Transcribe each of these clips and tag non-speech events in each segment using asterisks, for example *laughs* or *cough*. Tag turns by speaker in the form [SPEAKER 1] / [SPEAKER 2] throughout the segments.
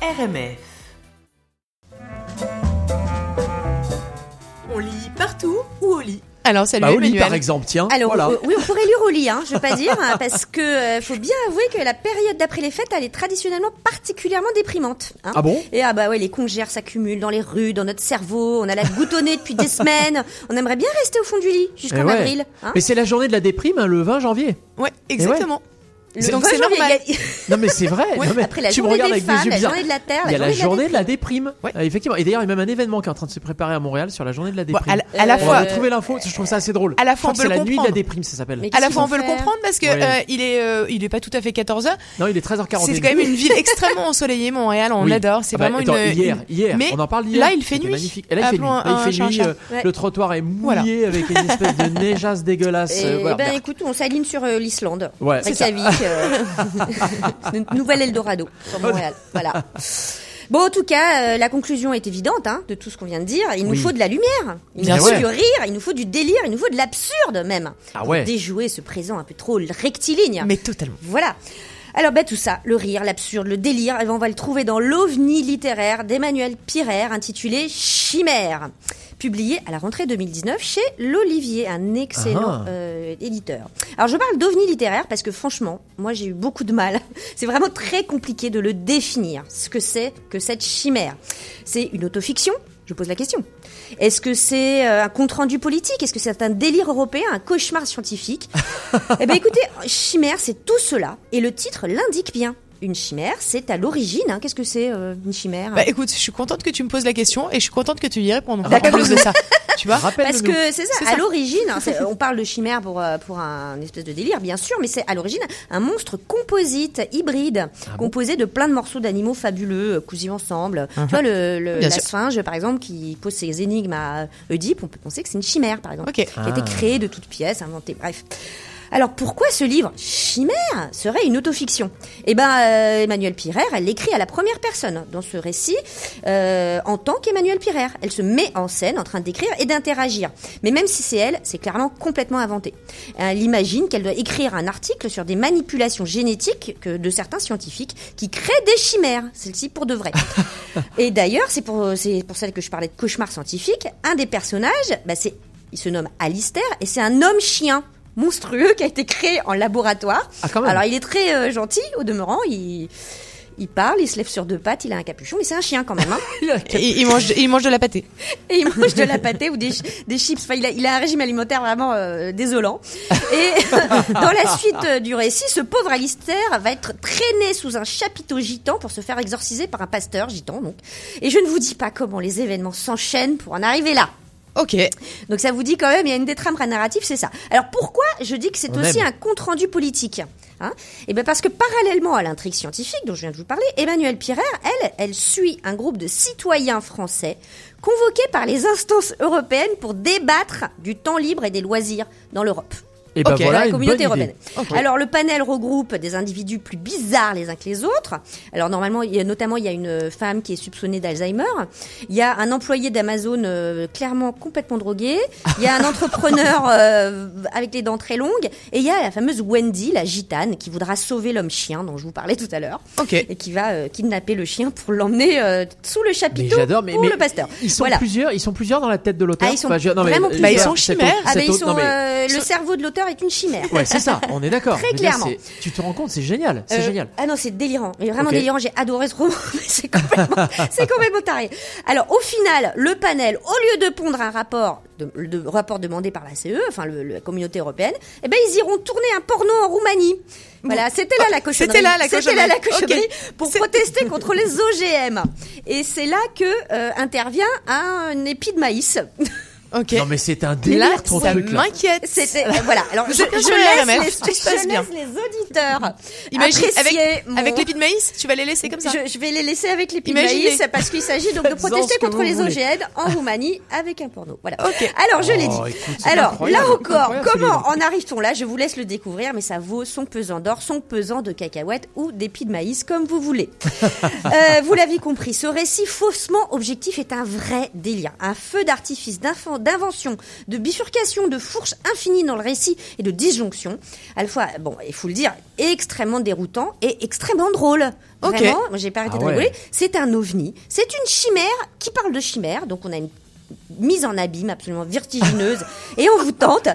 [SPEAKER 1] RMF. On lit partout ou au lit
[SPEAKER 2] Alors, salut
[SPEAKER 3] Bah, au lit,
[SPEAKER 2] Emmanuel.
[SPEAKER 3] par exemple, tiens.
[SPEAKER 4] Alors,
[SPEAKER 3] voilà.
[SPEAKER 4] euh, oui, on pourrait lire au lit, hein, je veux pas dire, hein, parce que euh, faut bien avouer que la période d'après les fêtes, elle est traditionnellement particulièrement déprimante. hein.
[SPEAKER 3] Ah bon
[SPEAKER 4] Et ah bah ouais, les congères s'accumulent dans les rues, dans notre cerveau, on a la goutonnée depuis des semaines, on aimerait bien rester au fond du lit
[SPEAKER 3] Eh
[SPEAKER 4] jusqu'en
[SPEAKER 3] ouais.
[SPEAKER 4] avril. hein.
[SPEAKER 3] Mais c'est la journée de la déprime, hein, le 20 janvier.
[SPEAKER 2] Ouais, exactement.
[SPEAKER 4] Le
[SPEAKER 2] Donc
[SPEAKER 4] 20
[SPEAKER 2] c'est
[SPEAKER 4] janvier,
[SPEAKER 2] normal.
[SPEAKER 4] il y *laughs* a-
[SPEAKER 3] Non mais c'est vrai.
[SPEAKER 2] Ouais.
[SPEAKER 3] Non, mais
[SPEAKER 4] Après la
[SPEAKER 3] tu me
[SPEAKER 4] journée
[SPEAKER 3] regardes
[SPEAKER 4] des
[SPEAKER 3] avec des
[SPEAKER 4] femmes,
[SPEAKER 3] yeux
[SPEAKER 4] la
[SPEAKER 3] bizarres.
[SPEAKER 4] journée de la Terre, la
[SPEAKER 3] Il y a la
[SPEAKER 4] journée
[SPEAKER 3] journée de la déprime.
[SPEAKER 2] Ouais.
[SPEAKER 3] Ah, effectivement. Et d'ailleurs, il y a même un événement qui est en train de se préparer à Montréal sur la journée de la
[SPEAKER 2] Bon,
[SPEAKER 3] déprime.
[SPEAKER 2] à, la- à la
[SPEAKER 3] On va
[SPEAKER 2] fois,
[SPEAKER 4] euh,
[SPEAKER 3] trouver l'info. Je trouve ça assez drôle.
[SPEAKER 2] à la fois,
[SPEAKER 3] Je crois
[SPEAKER 2] on
[SPEAKER 3] que
[SPEAKER 2] peut
[SPEAKER 3] c'est
[SPEAKER 2] le
[SPEAKER 3] la nuit de la
[SPEAKER 2] comprendre.
[SPEAKER 3] déprime, ça s'appelle.
[SPEAKER 4] Mais-
[SPEAKER 2] à la
[SPEAKER 4] Qu'est-ce
[SPEAKER 2] fois on
[SPEAKER 4] qu'ils
[SPEAKER 2] veut
[SPEAKER 4] vont
[SPEAKER 2] le
[SPEAKER 4] faire
[SPEAKER 2] comprendre parce que
[SPEAKER 3] Ouais.
[SPEAKER 2] euh, il est euh, il est pas tout à fait 14 h
[SPEAKER 3] Non, il est 13h42.
[SPEAKER 2] C'est quand même une ville extrêmement ensoleillée Montréal, on
[SPEAKER 3] Oui.
[SPEAKER 2] adore, c'est
[SPEAKER 3] Ah bah,
[SPEAKER 2] vraiment
[SPEAKER 3] attends,
[SPEAKER 2] une
[SPEAKER 3] hier,
[SPEAKER 2] une-
[SPEAKER 3] hier,
[SPEAKER 2] mais
[SPEAKER 3] on en parle hier.
[SPEAKER 2] là, il fait
[SPEAKER 3] C'était
[SPEAKER 2] nuit.
[SPEAKER 3] magnifique. Et là, il fait nuit.
[SPEAKER 2] Appelons
[SPEAKER 3] Là, il
[SPEAKER 2] un-
[SPEAKER 3] fait
[SPEAKER 2] un
[SPEAKER 3] nuit,
[SPEAKER 2] chat, un
[SPEAKER 3] euh,
[SPEAKER 4] chat. Ouais.
[SPEAKER 3] Le trottoir est mouillé
[SPEAKER 2] Voilà.
[SPEAKER 3] avec une espèce de neigeasse dégueulasse.
[SPEAKER 4] Et,
[SPEAKER 3] euh, voilà.
[SPEAKER 4] ben écoute, on s'aligne sur euh, l'Islande,
[SPEAKER 3] Ouais, c'est ça.
[SPEAKER 4] Reykjavik, euh, *laughs* c'est une nouvelle Eldorado
[SPEAKER 3] *laughs*
[SPEAKER 4] sur Montréal. Voilà. Bon, en tout cas, euh, la conclusion est évidente hein, de tout ce qu'on vient de dire. Il nous
[SPEAKER 3] Oui.
[SPEAKER 4] faut de la lumière, il
[SPEAKER 3] Bien
[SPEAKER 4] nous faut
[SPEAKER 3] sûr.
[SPEAKER 4] du rire, il nous faut du délire, il nous faut de l'absurde même.
[SPEAKER 3] Ah
[SPEAKER 4] Pour
[SPEAKER 3] ouais.
[SPEAKER 4] Déjouer ce présent un peu trop rectiligne.
[SPEAKER 2] mais totalement.
[SPEAKER 4] Voilà. Alors ben tout ça, le rire, l'absurde, le délire, eh ben, on va le trouver dans l'OVNI littéraire d'Emmanuel Pirer intitulé Chimère, publié à la rentrée 2019 chez l'Olivier, un excellent
[SPEAKER 3] Ah.
[SPEAKER 4] euh, éditeur. Alors je parle d'OVNI littéraire parce que franchement, moi j'ai eu beaucoup de mal. *laughs* C'est vraiment très compliqué de le définir, ce que c'est que cette chimère. C'est une autofiction je pose la question. Est-ce que c'est euh, un compte-rendu politique Est-ce que c'est un délire européen, un cauchemar scientifique eh bien écoutez, chimère, c'est tout cela, et le titre l'indique bien. Une chimère, c'est à l'origine. hein. Qu'est-ce que c'est euh, une
[SPEAKER 3] Ah.
[SPEAKER 4] chimère
[SPEAKER 2] Bah écoute, je suis contente que tu me poses la question et je suis contente que tu y répondes. En
[SPEAKER 4] D'accord.
[SPEAKER 2] plus de ça, tu vois.
[SPEAKER 4] Parce
[SPEAKER 3] Rappelle-nous.
[SPEAKER 4] que c'est ça,
[SPEAKER 2] C'est
[SPEAKER 4] à
[SPEAKER 2] ça.
[SPEAKER 4] l'origine, *laughs* hein, c'est- on parle de chimère pour, euh, pour un espèce de délire, bien sûr, mais c'est à l'origine un monstre composite, hybride, composé de plein de morceaux d'animaux fabuleux, euh, cousus ensemble. Tu vois, le, le-
[SPEAKER 2] Bien
[SPEAKER 4] la
[SPEAKER 2] sûr.
[SPEAKER 4] sphinge, par exemple, qui pose ses énigmes à Oedipe, on peut penser que c'est une chimère, par exemple,
[SPEAKER 2] Ok.
[SPEAKER 4] qui a été créée de toutes pièces, inventée, bref. Alors pourquoi ce livre chimère serait une autofiction Eh ben, euh, Emmanuel Pirer, elle l'écrit à la première personne dans ce récit euh, en tant qu'Emmanuel Pirer. Elle se met en scène en train d'écrire et d'interagir. Mais même si c'est elle, c'est clairement complètement inventé. Elle imagine qu'elle doit écrire un article sur des manipulations génétiques que de certains scientifiques qui créent des chimères, celles-ci pour de vrai. et d'ailleurs, c'est pour c'est pour celle que je parlais de cauchemar scientifique. Un des personnages, bah, c'est il se nomme Alistair et c'est un homme chien monstrueux qui a été créé en laboratoire.
[SPEAKER 3] Ah, quand même.
[SPEAKER 4] Alors il est très euh, gentil au demeurant, il il parle, il se lève sur deux pattes, il a un capuchon, mais c'est un chien quand même. hein.
[SPEAKER 2] Et il mange il mange de la pâtée.
[SPEAKER 4] Et il mange de la pâtée ou des, chi- des chips. Enfin, il a, il a un régime alimentaire vraiment euh, désolant. Et *laughs* dans la suite euh, du récit, ce pauvre Alistair va être traîné sous un chapiteau gitan pour se faire exorciser par un pasteur gitan. Donc. Et je ne vous dis pas comment les événements s'enchaînent pour en arriver là.
[SPEAKER 2] OK.
[SPEAKER 4] Donc ça vous dit quand même, il y a une des trames narratives, c'est ça. Alors pourquoi je dis que c'est
[SPEAKER 3] On
[SPEAKER 4] aussi
[SPEAKER 3] aime.
[SPEAKER 4] un compte-rendu politique hein Eh bien parce que parallèlement à l'intrigue scientifique dont je viens de vous parler, Emmanuelle Pirer, elle, elle suit un groupe de citoyens français convoqués par les instances européennes pour débattre du temps libre et des loisirs dans l'Europe.
[SPEAKER 3] Et ben
[SPEAKER 2] Ok.
[SPEAKER 3] voilà
[SPEAKER 4] dans la
[SPEAKER 3] une
[SPEAKER 4] communauté
[SPEAKER 3] bonne idée.
[SPEAKER 4] européenne. Alors le panel regroupe des individus plus bizarres les uns que les autres. Alors normalement, il y a, notamment, il y a une femme qui est soupçonnée d'Alzheimer. Il y a un employé d'Amazon euh, clairement complètement drogué. Il y a un entrepreneur
[SPEAKER 3] *laughs*
[SPEAKER 4] euh, avec les dents très longues. Et il y a la fameuse Wendy, la gitane, qui voudra sauver l'homme chien dont je vous parlais tout à l'heure
[SPEAKER 2] OK.
[SPEAKER 4] et qui va euh, kidnapper le chien pour l'emmener euh, sous le
[SPEAKER 3] Mais
[SPEAKER 4] chapiteau
[SPEAKER 3] j'adore, mais,
[SPEAKER 4] pour
[SPEAKER 3] mais
[SPEAKER 4] le pasteur.
[SPEAKER 3] Ils sont
[SPEAKER 4] Voilà.
[SPEAKER 3] plusieurs, ils sont plusieurs dans la tête de l'auteur.
[SPEAKER 4] Ah, ils sont
[SPEAKER 3] Enfin, je- non, mais,
[SPEAKER 4] vraiment
[SPEAKER 3] euh,
[SPEAKER 4] plusieurs.
[SPEAKER 2] Bah, ils sont
[SPEAKER 3] cette-
[SPEAKER 2] chimères.
[SPEAKER 4] Ah
[SPEAKER 3] cette
[SPEAKER 4] ben, ils
[SPEAKER 3] autre-
[SPEAKER 4] sont,
[SPEAKER 3] non, mais-
[SPEAKER 4] euh, le cerveau de l'auteur est une chimère.
[SPEAKER 3] Ouais, c'est ça, on est d'accord.
[SPEAKER 4] *laughs* Très
[SPEAKER 3] Mais là,
[SPEAKER 4] clairement.
[SPEAKER 3] c'est- Tu te rends compte, c'est génial, c'est
[SPEAKER 4] Euh,
[SPEAKER 3] génial.
[SPEAKER 4] Ah non, c'est délirant. Mais vraiment
[SPEAKER 3] Ok.
[SPEAKER 4] délirant. J'ai adoré ce roman. *laughs* mais c'est complètement, c'est complètement taré. Alors, au final, le panel, au lieu de pondre un rapport, de, le rapport demandé par la CE, enfin le- la communauté européenne, eh ben ils iront tourner un porno en Roumanie. Voilà, c'était là la cochonnerie.
[SPEAKER 2] Oh, C'était là la
[SPEAKER 4] C'était là la
[SPEAKER 2] cochonnerie.
[SPEAKER 4] cochonnerie
[SPEAKER 2] Ok.
[SPEAKER 4] pour
[SPEAKER 2] C'est- *laughs*
[SPEAKER 4] protester contre les OGM. Et c'est là que euh, intervient un épi de maïs. *laughs*
[SPEAKER 2] OK.
[SPEAKER 3] Non, mais c'est un
[SPEAKER 2] Là,
[SPEAKER 3] délire ton
[SPEAKER 2] ça
[SPEAKER 3] truc là.
[SPEAKER 2] m'inquiète.
[SPEAKER 4] C'était euh, voilà. Alors
[SPEAKER 2] Vous
[SPEAKER 4] je,
[SPEAKER 2] êtes bien
[SPEAKER 4] je
[SPEAKER 2] sur les RMF, *laughs*
[SPEAKER 4] laisse, les,
[SPEAKER 2] tout se passe
[SPEAKER 4] je
[SPEAKER 2] bien.
[SPEAKER 4] laisse les auditeurs.
[SPEAKER 2] Imagine
[SPEAKER 4] apprécier
[SPEAKER 2] avec
[SPEAKER 4] mon-
[SPEAKER 2] avec l'épi de maïs, tu vas les laisser comme ça.
[SPEAKER 4] Je, je vais les laisser avec les
[SPEAKER 2] Imaginez.
[SPEAKER 4] maïs parce qu'il s'agit
[SPEAKER 3] *laughs*
[SPEAKER 4] donc de
[SPEAKER 3] Faites-en
[SPEAKER 4] protester
[SPEAKER 3] ce que
[SPEAKER 4] contre
[SPEAKER 3] vous
[SPEAKER 4] les
[SPEAKER 3] voulez.
[SPEAKER 4] OGM en Roumanie avec un porno. Voilà.
[SPEAKER 2] Ok.
[SPEAKER 4] Alors je l'ai
[SPEAKER 3] Oh,
[SPEAKER 4] dit.
[SPEAKER 3] écoute, c'est
[SPEAKER 4] Alors
[SPEAKER 3] incroyable,
[SPEAKER 4] là encore,
[SPEAKER 3] incroyable,
[SPEAKER 4] comment
[SPEAKER 3] ce
[SPEAKER 4] en arrive-t-on là Je vous laisse le découvrir, mais ça vaut son pesant d'or, son pesant de cacahuètes ou d'épis de maïs, comme
[SPEAKER 3] *laughs*
[SPEAKER 4] vous voulez. Euh, vous l'avez compris, ce récit faussement objectif est un vrai délire, un feu d'artifice d'infan- suffisamment d'inventions, de bifurcations, de fourches infinies dans le récit et de disjonctions. À la fois, bon, il faut le dire, extrêmement déroutant et extrêmement drôle.
[SPEAKER 2] Ok.
[SPEAKER 4] Vraiment, moi, j'ai pas arrêté
[SPEAKER 3] Ah
[SPEAKER 4] de
[SPEAKER 3] ouais.
[SPEAKER 4] rigoler. C'est un ovni, c'est une chimère qui parle de chimère, donc on a une mise en abîme absolument
[SPEAKER 3] *laughs*
[SPEAKER 4] vertigineuse et envoûtante.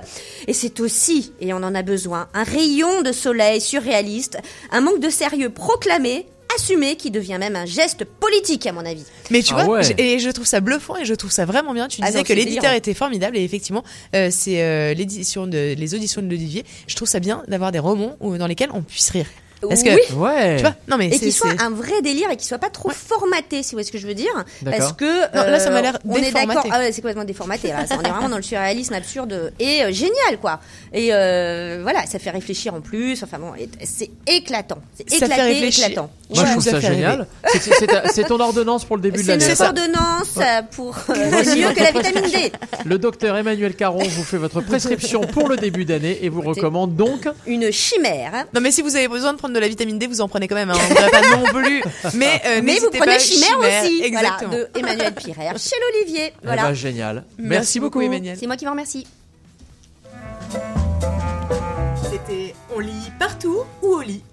[SPEAKER 4] Et c'est aussi, et on en a besoin, un rayon de soleil surréaliste, un manque de sérieux proclamé, assumé, qui devient même un geste politique à mon avis.
[SPEAKER 2] Mais tu
[SPEAKER 3] Ah
[SPEAKER 2] vois,
[SPEAKER 3] ouais.
[SPEAKER 2] j'ai- et je trouve ça bluffant et je trouve ça vraiment bien. Tu
[SPEAKER 4] Ah
[SPEAKER 2] disais
[SPEAKER 4] non,
[SPEAKER 2] que
[SPEAKER 4] c'est
[SPEAKER 2] l'éditeur
[SPEAKER 4] délirant.
[SPEAKER 2] était formidable et effectivement, euh, c'est euh, l'édition de les auditions de l'Olivier. Je trouve ça bien d'avoir des romans où- dans lesquels on puisse rire. Parce que
[SPEAKER 4] Oui.
[SPEAKER 3] Ouais.
[SPEAKER 2] tu vois, non mais
[SPEAKER 4] Et
[SPEAKER 2] c'est
[SPEAKER 4] qu'il soit
[SPEAKER 2] c'est-
[SPEAKER 4] un vrai délire et qu'il soit pas trop formaté, si vous voyez ce que je veux dire.
[SPEAKER 3] D'accord.
[SPEAKER 4] Parce que. euh,
[SPEAKER 2] Non, là, ça m'a l'air
[SPEAKER 4] On est d'accord.
[SPEAKER 2] déformaté.
[SPEAKER 4] Ah ouais, c'est complètement déformaté. là. on est vraiment dans le surréalisme absurde et euh, génial, quoi. Et euh, voilà, ça fait réfléchir en plus. Enfin bon, et- c'est éclatant. C'est
[SPEAKER 2] Ça fait
[SPEAKER 4] éclaté,
[SPEAKER 2] réfléchir.
[SPEAKER 4] éclaton.
[SPEAKER 3] Moi, je
[SPEAKER 2] Ouais.
[SPEAKER 3] trouve
[SPEAKER 2] Ça
[SPEAKER 3] ça
[SPEAKER 2] fait rêver.
[SPEAKER 3] génial. C'est- c'est- C'est ta- c'est ton ordonnance pour le début de
[SPEAKER 4] C'est
[SPEAKER 3] l'année.
[SPEAKER 4] une ordonnance euh, pour. euh,
[SPEAKER 3] Voici
[SPEAKER 4] mieux
[SPEAKER 3] votre
[SPEAKER 4] que la
[SPEAKER 3] prescription.
[SPEAKER 4] vitamine D.
[SPEAKER 3] Le docteur Emmanuel Caron vous fait votre prescription pour le début d'année et vous recommande donc. eh
[SPEAKER 4] Une chimère. hein.
[SPEAKER 2] Non mais si vous avez besoin de prendre de la vitamine D, vous en prenez quand même. Hein. On dirait pas non
[SPEAKER 3] *laughs*
[SPEAKER 2] plus. Mais euh,
[SPEAKER 4] Mais vous
[SPEAKER 2] n'hésitez
[SPEAKER 4] prenez
[SPEAKER 2] pas,
[SPEAKER 4] chimère, aussi. Voilà,
[SPEAKER 2] Exactement.
[SPEAKER 4] de Emmanuel Pirer chez l'Olivier.
[SPEAKER 3] Eh
[SPEAKER 4] Voilà.
[SPEAKER 3] ben, génial. Merci,
[SPEAKER 2] Merci beaucoup,
[SPEAKER 3] beaucoup,
[SPEAKER 2] Emmanuel.
[SPEAKER 4] C'est moi qui vous remercie.
[SPEAKER 1] C'était On lit partout ou au lit